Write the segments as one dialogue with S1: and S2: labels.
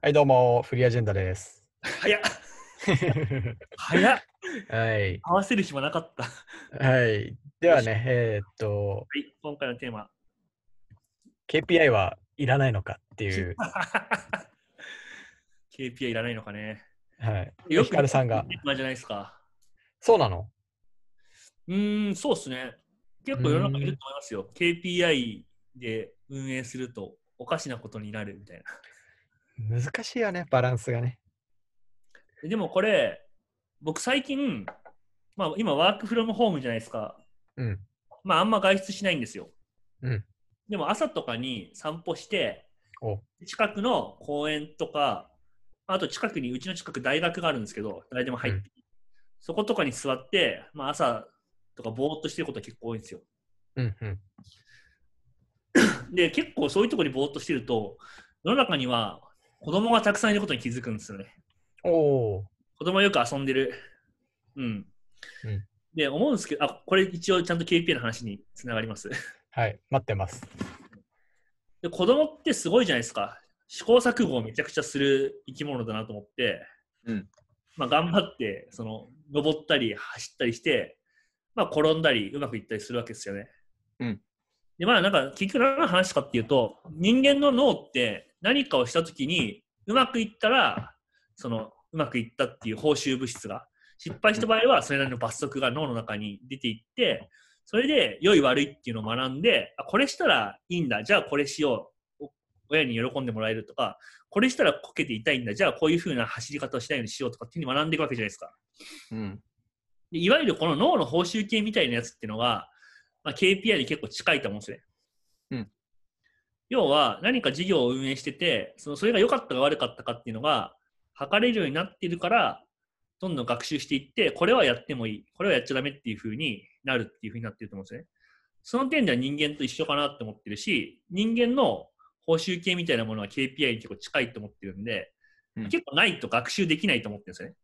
S1: はい、どうも、フリーアジェンダ です。
S2: 早っ早っ
S1: はい、
S2: 合わせる暇なかった。は
S1: はい。ではね、えーっと、
S2: い、今回のテーマ。
S1: KPI はいらないのかっていう、
S2: KPI いらないのかね。
S1: はい。
S2: よ
S1: ヒカルさんが。
S2: 暇じゃないですか。
S1: そうなの
S2: うーん、そうですね。結構世の中いると思いますよ。KPI で運営するとおかしなことになるみたい
S1: 難しいよね、バランスがね。
S2: な。でもこれ、僕最近、まあ今ワークフロムホームじゃないですか。
S1: うん。
S2: まああんま外出しないんですよ。
S1: うん
S2: でも朝とかに散歩して、
S1: お
S2: 近くの公園とか、あと近くに、うちの近く大学があるんですけど、誰でも入って、
S1: うん
S2: そことかに座って、まあ、朝とかぼーっとしてることは結構多いんですよ。
S1: うんうん。
S2: で、結構そういうところにぼーっとしてると、世の中には子供がたくさんいることに気づくんですよね。
S1: おー。
S2: 子供よく遊んでる。うん。
S1: うん
S2: で、思うんですけど、あ、これ一応ちゃんと KPI の話につながります。
S1: はい、待ってます。
S2: で子供ってすごいじゃないですか試行錯誤をめちゃくちゃする生き物だなと思って、
S3: うん
S2: まあ、頑張ってその登ったり走ったりして、まあ、転んだりうまくいったりするわけですよね。
S3: うん
S2: でまあなんか結局何の話かっていうと人間の脳って何かをした時にうまくいったらそのうまくいったっていう報酬物質が失敗した場合はそれなりの罰則が脳の中に出ていってそれで良い悪いっていうのを学んであこれしたらいいんだじゃあこれしようお親に喜んでもらえるとかこれしたらこけて痛いんだじゃあこういう風な走り方をしないようにしようとかっていうふうに学んでいくわけじゃないですか
S3: うん。
S2: でいわゆるこの脳の報酬系みたいなやつっていうのが、まあ、KPI に結構近いと思うんですね。
S3: うん
S2: 要は何か事業を運営しててそのそれが良かったか悪かったかっていうのが測れるようになっているからどんどん学習していってこれはやってもいいこれはやっちゃダメっていうふうになるっていうふうになってると思うんですね。その点では人間と一緒かなって思ってるし人間の報酬系みたいなものは KPI に結構近いと思ってるんで、
S3: うん
S2: 結構ないと学習できないと思ってるんですよね。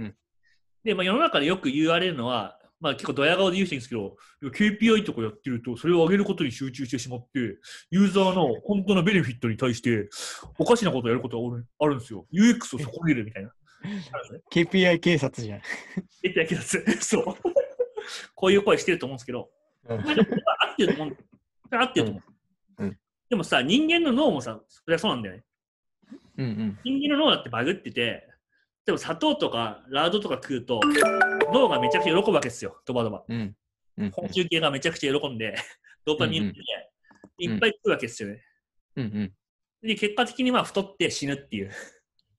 S3: うん
S2: で、まあ、世の中でよく言われるのは、まあ、結構ドヤ顔で言う人いるんですけどいや KPI とかやってるとそれを上げることに集中してしまってユーザーの本当のベネフィットに対しておかしなことをやることがあるんですよ UX を損ねるみたいな。
S3: KPI 警察じゃん。
S2: えってやけどつ そう。こういう声してると思うんですけど、
S3: うん
S2: まあでもこれは合ってると思うんだよそれは合ってると思
S3: う
S2: う。
S3: んうん
S2: でもさ、人間の脳もさ、それはそうなんだよね。
S3: うんうん。
S2: 人間の脳だってバグってて、でも砂糖とかラードとか食うと、脳がめちゃくちゃ喜ぶわけですよ、ドバドバ。
S3: うん。うん
S2: 昆虫系がめちゃくちゃ喜 んで、ドーパミンで、
S3: うんうん
S2: いっぱい食うわけですよね。
S3: うんうん。
S2: で、結果的にまあ太って死ぬっていう。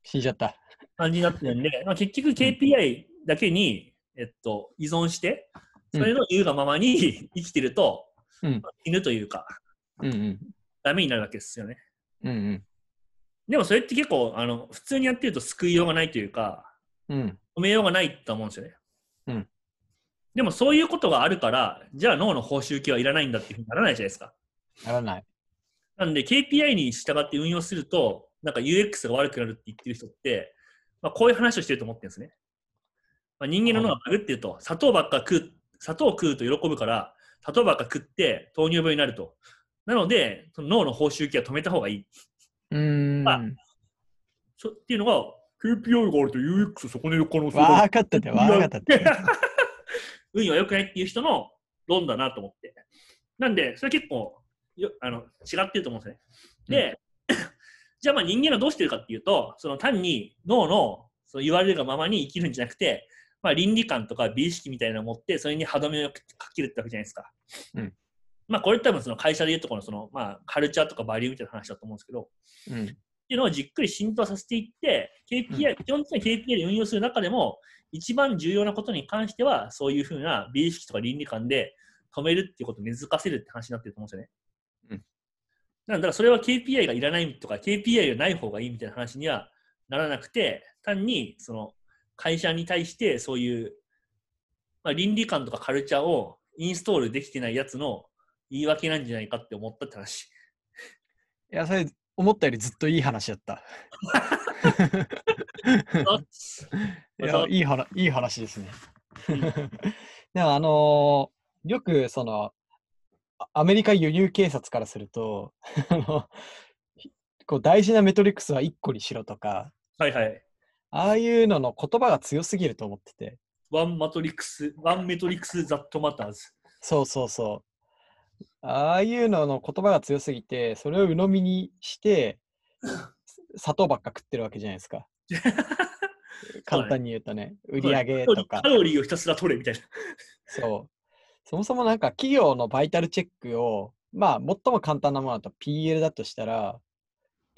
S3: 死んじゃった。
S2: 感じになってるんで、まあ、結局 KPI だけに、えっと、依存して、それの言うがままに 生きてると、
S3: うん
S2: まあ死ぬというか、
S3: うんうん。
S2: ダメになるわけですよね。
S3: うん
S2: でもそれって結構、あの普通にやってると救いようがないというか、
S3: うん。うん。
S2: 止めようがないと思うんですよね。
S3: うん
S2: でもそういうことがあるから、じゃあ脳の報酬系はいらないんだっていうふうにならないじゃないですか。
S3: ならない。
S2: なんで KPI に従って運用すると、なんか UX が悪くなるって言ってる人って、まあ、こういう話をしてると思ってるんですね。まあ、人間の脳がバグってると、砂糖ばっか食う、砂糖を食うと喜ぶから、砂糖ばっか食って糖尿病になると。なので、その脳の報酬系は止めた方がいい。
S3: うーん。
S2: あそっていうのが、KPI があると UX を損ねる可能性があ
S3: わ
S2: る。
S3: かったって、わかったって。
S2: 運は良くないっていう人の論だなと思って。なんで、それ結構よあの違ってると思うんですね。で、 じゃあまあ人間はどうしてるかっていうと、その単に脳のその言われるがままに生きるんじゃなくて、まあ、倫理観とか美意識みたいなのを持って、それに歯止めをかけるってわけじゃないですか。
S3: うん
S2: まあこれ多分その会社でいうところのその、まあ、カルチャーとかバリューみたいな話だと思うんですけど、
S3: うん。
S2: っていうのをじっくり浸透させていって、KPI、基本的には KPI で運用する中でも、一番重要なことに関しては、そういうふうな美意識とか倫理観で止めるっていうことを根付かせるって話になってると思うんですよ
S3: う
S2: ね
S3: ん。
S2: なんだからそれは KPI がいらないとか、KPI がない方がいいみたいな話にはならなくて、単にその会社に対してそういう、まあ、倫理観とかカルチャーをインストールできてないやつの言い訳なんじゃないかって思ったって話。
S3: いや、それ、思ったよりずっといい話だった。いや、いい話、いい話 ですね。でも、あのーよく、そ の、あアメリカ輸入警察からすると、あの、ひこう大事なメトリックスは1個にしろとか、
S2: はいはい。
S3: ああいうのの言葉が強すぎると思ってて。
S2: ワンマトリックス、ワンメトリックス・ザット・マターズ。
S3: そうそうそう。ああいうのの言葉が強すぎて、それを鵜呑みにして、砂糖ばっか食ってるわけじゃないですか。簡単に言うとね、売り上げとか
S2: カ。ロリーをひたすら取れみたいな。
S3: そう。そもそもなんか企業のバイタルチェックを、まあ、最も簡単なものだと PL だとしたら、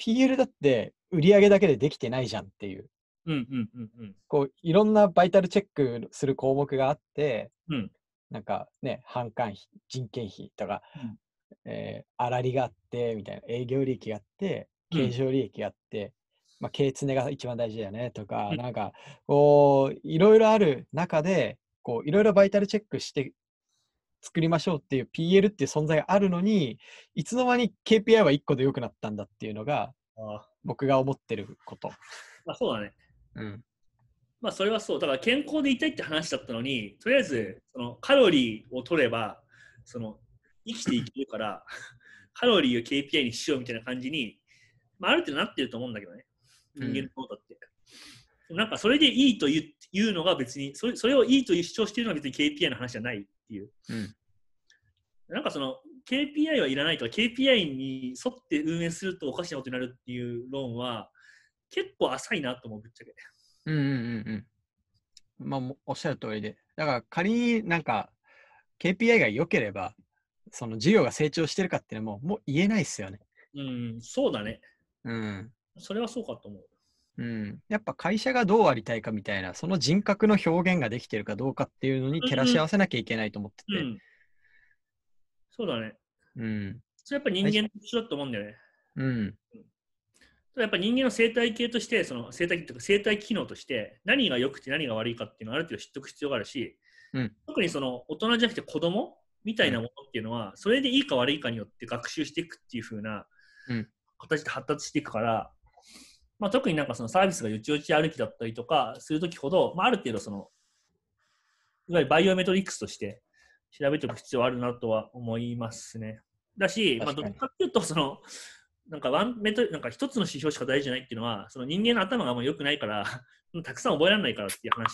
S3: PL だって売り上げだけでできてないじゃんっていう、
S2: うんうんうんうん。
S3: こう、いろんなバイタルチェックする項目があって、
S2: うん
S3: なんかね、販管費、人件費とか、
S2: うん
S3: えー粗利があって、みたいな、営業利益があって、
S2: うん
S3: 経常利益があって、まあ、経営常が一番大事だよねとか、
S2: うん
S3: なんか、こう、いろいろある中で、こう、いろいろバイタルチェックして作りましょうっていう PL っていう存在があるのに、いつの間に KPI は1個で良くなったんだっていうのが、
S2: あ
S3: 僕が思ってること。
S2: まあ、そうだね。
S3: うん。
S2: まあそれはそう。だから健康でいたいって話だったのに、とりあえずそのカロリーを取れば、その生きていけるから、 カロリーを KPI にしようみたいな感じに、まあ、ある程度なってると思うんだけどね。人間の方だって。なんかそれでいいと言う言うのが別にそれ、それをいいという主張しているのは別に KPI の話じゃないっていう。
S3: うん
S2: なんかその KPI はいらないとか KPI に沿って運営するとおかしなことになるっていう論は結構浅いなと思うぶっちゃけ。
S3: うんうんうんうん。まあ、もおっしゃる通りで。だから仮になんか KPI が良ければ、その事業が成長してるかっていうのももう言えないですよね。
S2: うん、そうだね。
S3: うん。
S2: それはそうかと思う。
S3: うん、やっぱ会社がどうありたいかみたいな、その人格の表現ができてるかどうかっていうのに照らし合わせなきゃいけないと思って
S2: う
S3: て。
S2: ん。そうだね。
S3: うん。
S2: それやっぱ人間と一緒だと思うんだよね。
S3: うん。
S2: ただやっぱ人間の生態系として、その生態系というか生態機能として、何が良くて何が悪いかっていうのをある程度知っておく必要があるし、
S3: うん
S2: 特にその大人じゃなくて子供みたいなものっていうのは、それでいいか悪いかによって学習していくっていう風な
S3: うん
S2: 形で発達していくから、まあ、特になんかそのサービスがよちよち歩きだったりとかするときほど、まあ、ある程度その、いわゆるバイオメトリックスとして調べておく必要あるなとは思いますね。だし、まあ、
S3: 確か
S2: どっ
S3: に
S2: ちかっていうと、その、 なんかワンメトリなんか一つの指標しか大事じゃないっていうのは、その人間の頭があんまり良くないから、 たくさん覚えられないからっていう話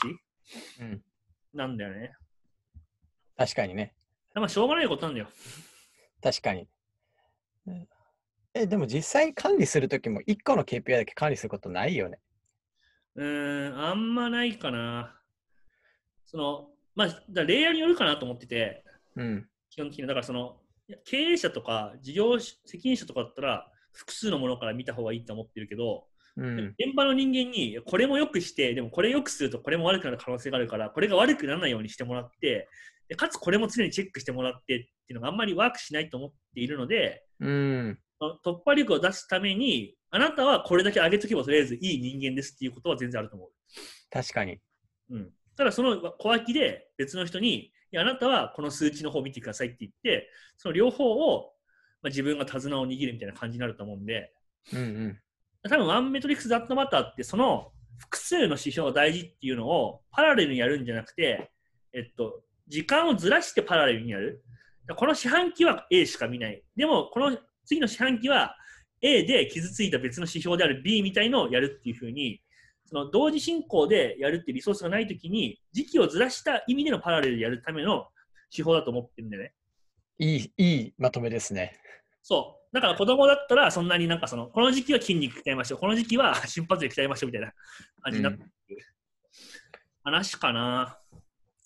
S3: うん、
S2: なんだよね。
S3: 確かにね。
S2: まあ、しょうがないことなんだよ。
S3: 確かに。うんえ、でも実際に管理するときも1個の KPI だけ管理することないよね。
S2: うーん、あんまないかな。その、まあ、だからレイヤーによるかなと思ってて、
S3: うん。
S2: 基本的に。だからその、いや経営者とか事業し責任者とかだったら、複数のものから見た方がいいと思ってるけど、
S3: うん。
S2: 現場の人間に、いやこれも良くして、でもこれ良くするとこれも悪くなる可能性があるから、これが悪くならないようにしてもらって、でかつこれも常にチェックしてもらってっていうのがあんまりワークしないと思っているので、
S3: うん。
S2: 突破力を出すために、あなたはこれだけ上げとけばとりあえずいい人間ですっていうことは全然あると思
S3: 確かに。
S2: う。うん、ただその小脇で別の人に、いやあなたはこの数値の方を見てくださいって言って、その両方を、まあ、自分が手綱を握るみたいな感じになると思うんで、
S3: うんうん。
S2: 多分ワンメトリックス・ザット・マターってその複数の指標が大事っていうのをパラレルにやるんじゃなくて、えっと、時間をずらしてパラレルにやる。だからこの四半期は A しか見ない。でも、この次の四半期は A で傷ついた別の指標である B みたいのをやるっていうふうに、その同時進行でやるっていうリソースがないときに、時期をずらした意味でのパラレルでやるための手法だと思ってるんでね。
S3: いい、いいまとめですね。
S2: そう。だから子供だったら、そんなになんかその、この時期は筋肉鍛えましょう、この時期 は瞬発力鍛えましょうみたいな感じになってる、話かな。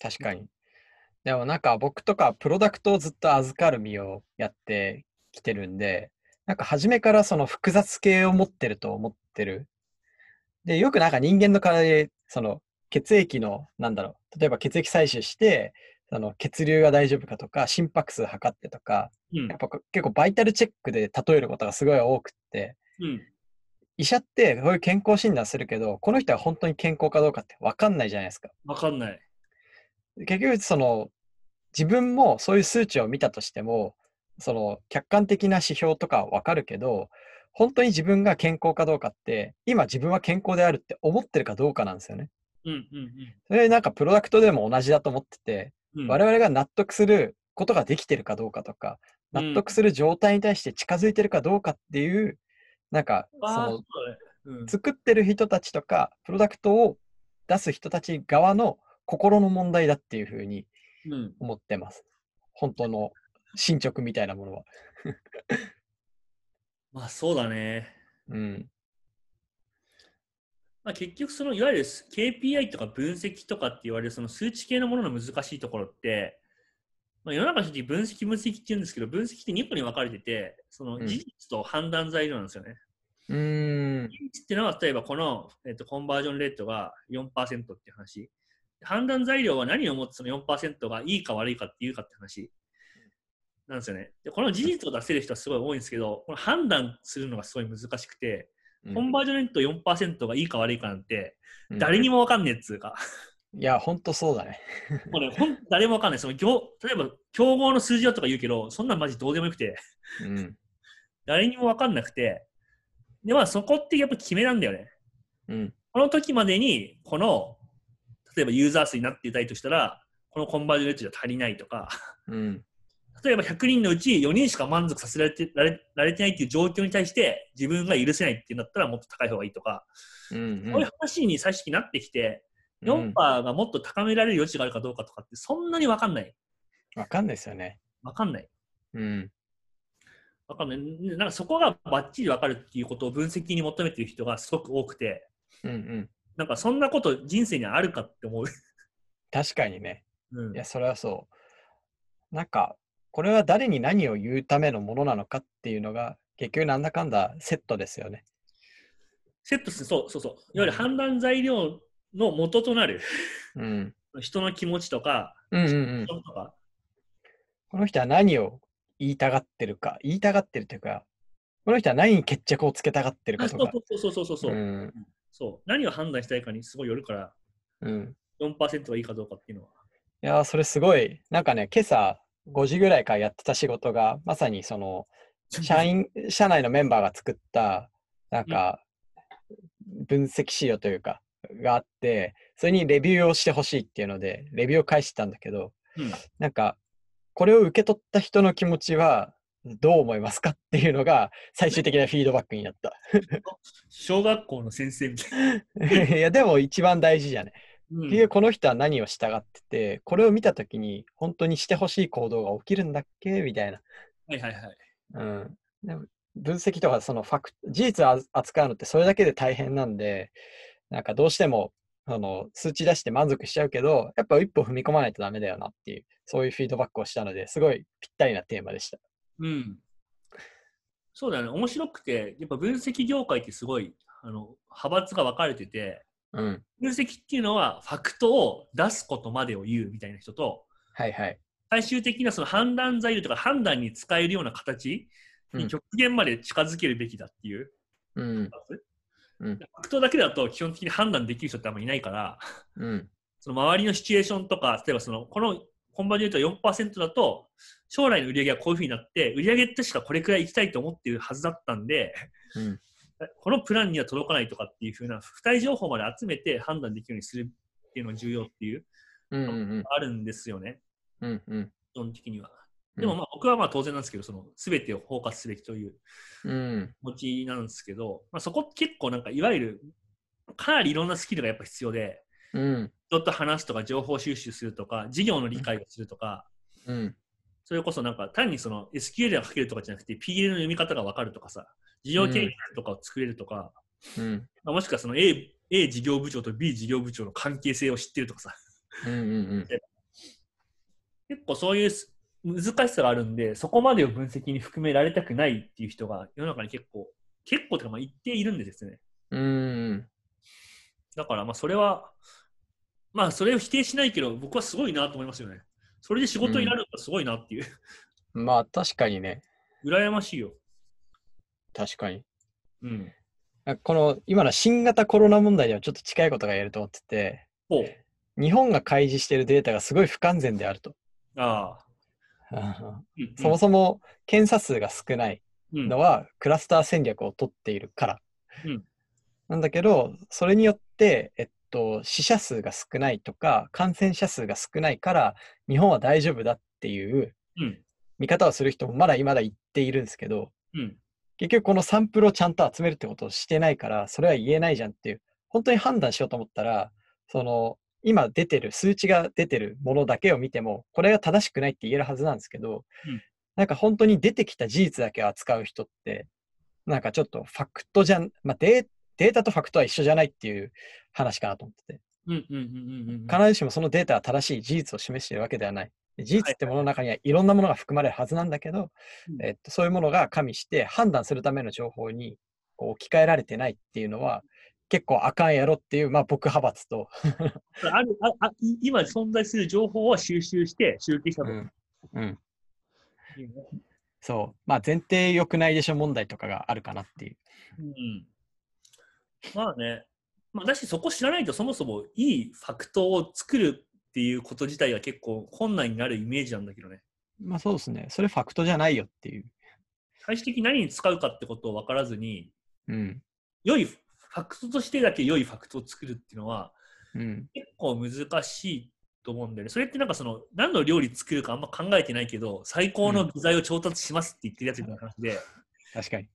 S3: 確かに。でもなんか僕とかプロダクトをずっと預かる身をやってきてるんで、なんか初めからその複雑系を持ってると思ってる。で、よくなんか人間の体で、その血液の、なんだろう、例えば血液採取して、その血流が大丈夫かとか、心拍数測ってとか、
S2: うん
S3: やっ。ぱ結構バイタルチェックで例えることがすごい多くって、
S2: うん。
S3: 医者ってこういう健康診断するけど、この人は本当に健康かどうかって分かんないじゃないですか。
S2: わかんない。
S3: 結局その自分もそういう数値を見たとしてもその客観的な指標とかは分かるけど本当に自分が健康かどうかって今自分は健康であるって思ってるかどうかなんですよね。
S2: うんうん
S3: それなんかプロダクトでも同じだと思ってて
S2: うん。うん、
S3: 我々が納得することができてるかどうかとか
S2: うん
S3: 納得する状態に対して近づいてるかどうかっていうなんか、そ
S2: ああ、そ
S3: の
S2: うだね。うん、
S3: 作ってる人たちとか、プロダクトを出す人たち側の心の問題だっていうふうに
S2: うん、
S3: 思ってます。本当の進捗みたいなものは。
S2: まあそうだね。
S3: うん。
S2: まあ、結局そのいわゆる KPI とか分析とかって言われるその数値系のものの難しいところって、まあ、世の中の人分析分析って言うんですけど分析って2個に分かれててその
S3: うん
S2: 事実と判断材料なんですよね。
S3: うーん。
S2: 事実っていうのは例えばこの、えっとコンバージョンレートが4%っていう話判断材料は何をもってその4%がいいか悪いかっていうかって話なんですよね。でこの事実を出せる人はすごい多いんですけどこの判断するのがすごい難しくてコンバージョンレート4%がいいか悪いかなんて
S3: うん
S2: 誰にもわかんねえっつうか、
S3: いや、本当そうだね。
S2: もうね、ほん誰もわかんない。その業例えば、競合の数字だとか言うけど、そんなんマジどうでもよくて、
S3: うん。
S2: 誰にもわかんなくて、で、まあそこってやっぱ決めなんだよね。
S3: うん。
S2: この時までに、この、例えばユーザー数になっていたいとしたら、このコンバージョンレッジじゃ足りないとか、
S3: うん。
S2: 例えば100人のうち4人しか満足させられてられられてないっていう状況に対して、自分が許せないっていうんだったらもっと高い方がいいとか、
S3: うん。うん
S2: こういう話に最終的になってきて、
S3: う
S2: 4%
S3: ん
S2: がもっと高められる余地があるかどうかとかって、そんなにわかんない。
S3: わかんないですよね。
S2: わかんない。
S3: うん。
S2: わかんない。ねなんかそこがバッチリわかるっていうことを分析に求めてる人がすごく多くて、
S3: うんうん。
S2: なんかそんなこと人生にあるかって思う。
S3: 確かにね。
S2: うん
S3: いや、それはそう。なんか、これは誰に何を言うためのものなのかっていうのが、結局なんだかんだセットですよね。
S2: セットする、そうそうそう。いわゆる判断材料の元となる
S3: うん。
S2: 人の気持ちとか、
S3: うんうんうん。
S2: 人とか、
S3: この人は何を言いたがってるか、言いたがってるというか、この人は何に決着をつけたがってる
S2: あ
S3: か
S2: そ
S3: と
S2: う
S3: か。
S2: そうそうそうそうそう、
S3: うん。
S2: そう。何を判断したいかにすごいよるから、
S3: うん。
S2: 4%がいいかどうかっていうのは。
S3: いやー、それすごい。なんかね、今朝5時ぐらいからやってた仕事が、まさにそ の、社員、社内のメンバーが作った、なんか、分析資料というか、があって、それにレビューをしてほしいっていうので、レビューを返してたんだけど、
S2: うん
S3: なんか、これを受け取った人の気持ちは、どう思いますかっていうのが、最終的なフィードバックになった。
S2: 小学校の先生みたいな。
S3: いや、でも一番大事じゃない。
S2: うん
S3: 結局この人は何をしたがってて、これを見たときに本当にしてほしい行動が起きるんだっけみたいな。
S2: はいはいはい。
S3: うん、でも分析とかそのファク事実を扱うのってそれだけで大変なんで、なんかどうしてもあの数値出して満足しちゃうけど、やっぱ一歩踏み込まないとダメだよなっていう、そういうフィードバックをしたのですごいぴったりなテーマでした。
S2: うん。そうだよね。面白くて、やっぱ分析業界ってすごい、あの、派閥が分かれてて、
S3: うん。
S2: 分析っていうのはファクトを出すことまでを言うみたいな人と、
S3: はいはい。
S2: 最終的なその判断材料とか判断に使えるような形
S3: う
S2: に
S3: ん
S2: 極限まで近づけるべきだっていう、
S3: うん。
S2: 派閥
S3: うん
S2: ファクトだけだと基本的に判断できる人ってあんまりいないから、
S3: うん。
S2: その周りのシチュエーションとか、例えばその、この、コンバージョンレート4%だと、将来の売り上げはこういうふうになって、売り上げってしかこれくらい行きたいと思っているはずだったんで、
S3: うん。
S2: このプランには届かないとかっていうふうな、付帯情報まで集めて判断できるようにするっていうのが重要っていう、
S3: うん。うん。
S2: あるんですよね、
S3: うん。うん。
S2: 基本的には。
S3: うん
S2: でもまあ僕はまあ当然なんですけど、その全てを包括すべきという
S3: うん。
S2: 持ちなんですけど、まあ、そこ結構なんかいわゆるかなりいろんなスキルがやっぱ必要で、
S3: うん。
S2: 人と話すとか情報収集するとか、事業の理解をするとか、
S3: うん。
S2: それこそなんか単にその SQL が書けるとかじゃなくて PL の読み方がわかるとかさ、事業計画とかを作れるとか、
S3: うん。
S2: まあもしくはその A, A 事業部長と B 事業部長の関係性を知ってるとかさ、
S3: うん。
S2: 結構そういうす難しさがあるんで、そこまでを分析に含められたくないっていう人が世の中に結構、結構というかまあ一定いるんですね。
S3: うん。
S2: だからまあそれは、まあそれを否定しないけど、僕はすごいなと思いますよね。それで仕事になるのはすごいなっていう。
S3: まあ、確かにね。
S2: 羨ましいよ。
S3: 確かに。
S2: うん。
S3: なんかこの今の新型コロナ問題にはちょっと近いことが言えると思ってて、
S2: ほう。
S3: 日本が開示しているデータがすごい不完全であると。
S2: ああ。うん
S3: そもそも検査数が少ない
S2: うん
S3: のはクラスター戦略を取っているから。
S2: うん
S3: なんだけど、それによって、えっと、死者数が少ないとか、感染者数が少ないから、日本は大丈夫だっていう
S2: うん。
S3: 見方をする人もまだ今だ言っているんですけど、
S2: うん。
S3: 結局このサンプルをちゃんと集めるってことをしてないから、それは言えないじゃんっていう、本当に判断しようと思ったら、その、今出てる、数値が出てるものだけを見ても、これが正しくないって言えるはずなんですけど、
S2: うん
S3: なんか本当に出てきた事実だけを扱う人って、なんかちょっとファクトじゃん、まあデー、データとファクトは一緒じゃないっていう話かなと思ってて、
S2: うんうんうんうんうん。
S3: 必ずしもそのデータは正しい事実を示しているわけではない。で事実ってものの中にはいろんなものが含まれるはずなんだけど、
S2: うん
S3: えっと、そういうものが加味して判断するための情報にこう置き換えられてないっていうのは結構あかんやろっていう、まあ、僕派閥と、
S2: あるああい今存在する情報を収集して集計したと、
S3: うん、
S2: いうね
S3: そう、まあ、前提良くないでしょ問題とかがあるかなっていう。
S2: うんまあね、まあ、だしそこ知らないとそもそもいいファクトを作るっていうこと自体が結構困難になるイメージなんだけどね。
S3: まあそうですね。それファクトじゃないよっていう。
S2: 最終的に何に使うかってことを分からずに、
S3: うん。
S2: 良いファクトとしてだけ良いファクトを作るっていうのは
S3: うん。
S2: 結構難しいと思うんだよね。それってなんかその何の料理作るかあんま考えてないけど、最高の具材を調達しますって言ってるやつみたいな話で、
S3: 確かに。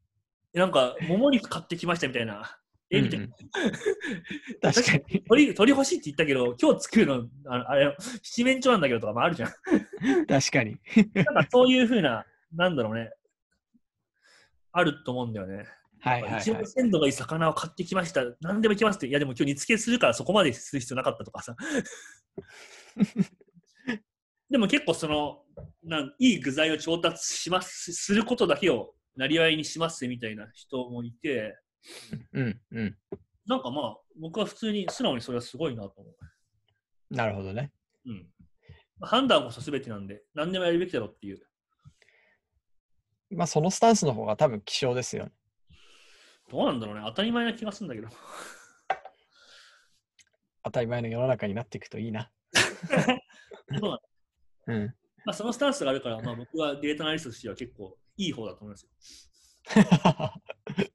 S2: えなんか、もも肉買ってきましたみたいな。えみたいな。
S3: な。確かに。
S2: 鶏鶏欲しいって言ったけど、今日作るの、あのあれ、七面鳥なんだけどとかもあるじゃん。
S3: 確かに。
S2: なんかそういうふうな、なんだろうね。あると思うんだよね。
S3: はいはい、は
S2: 一
S3: い
S2: 番。鮮度がいい魚を買ってきました。何でもいきますって。いや、でも今日煮付けするからそこまでする必要なかった とかさ。でも結構そのなん、いい具材を調達します、することだけをなりわいにしますみたいな人もいて、
S3: うん。うん。
S2: なんかまあ、僕は普通に素直にそれはすごいなと思う。
S3: なるほどね。
S2: うん。まあ判断こそ全てなんで、何でもやるべきだろうっていう。
S3: まあそのスタンスの方が多分希少ですよね。
S2: どうなんだろうね。当たり前な気がするんだけど。
S3: 当たり前の世の中になっていくといいな。
S2: そう
S3: うん。
S2: まあ、そのスタンスがあるから、まあ、僕はデータアナリストとしては結構いい方だと思いますよ。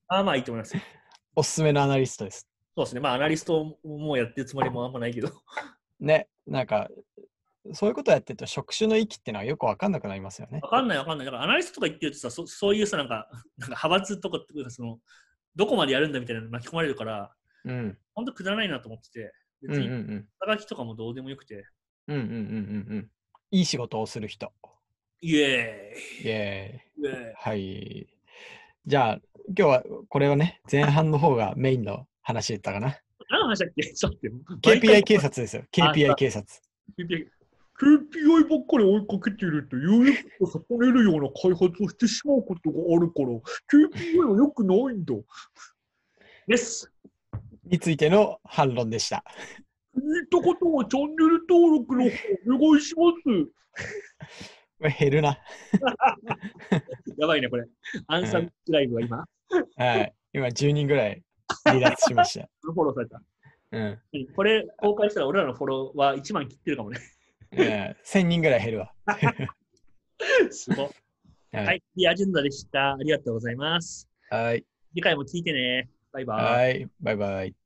S2: ああまあいいと思いますよ。
S3: おすすめのアナリストです。
S2: そうですね。まあ、アナリストもやってるつもりもあんまないけど。
S3: ね。なんか、そういうことやってると職種の域ってのはよくわかんなくなりますよね
S2: わ。かんないわかんない。だから、アナリストとか言ってるとさ、そそういうさ、なんか、 なんか派閥とかっていうか、その、どこまでやるんだみたいなのに巻き込まれるから、
S3: うん。
S2: ほんとくだらないなと思ってて、
S3: うんう
S2: 別
S3: んう
S2: に、
S3: ん。
S2: 働きとかもどうでもよくて、
S3: うんうんうんうんうん。いい仕事をする人。
S2: イエー
S3: イエーイ。
S2: イイエーイ
S3: はい。じゃあ、今日はこれはね、前半の方がメインの話だったかな。
S2: 何の話だっけ ちょっと待って
S3: KPI 警察ですよ。
S2: あ
S3: KPI 警察。
S2: KPI ばっかり追いかけていると、有益を損ねるような開発をしてしまうことがあるから、KPI は良くないんだ。です。
S3: についての反論でした。
S2: 言ったことはチャンネル登録の方お願いします。
S3: これ減るな。
S2: やばいね、これ。アンサンライブは今、
S3: はい。今10人ぐらい離脱しました。
S2: フォローされた。
S3: うん。
S2: これ、公開したら俺らのフォロワー1万切ってるかもね。
S3: うん、1000人ぐらい減るわ。
S2: すごい。
S3: はい
S2: はい、いいアジェンダでした。ありがとうございます。
S3: はい。
S2: 次回も聞いてね。バイバイ。
S3: はい。バイバイ。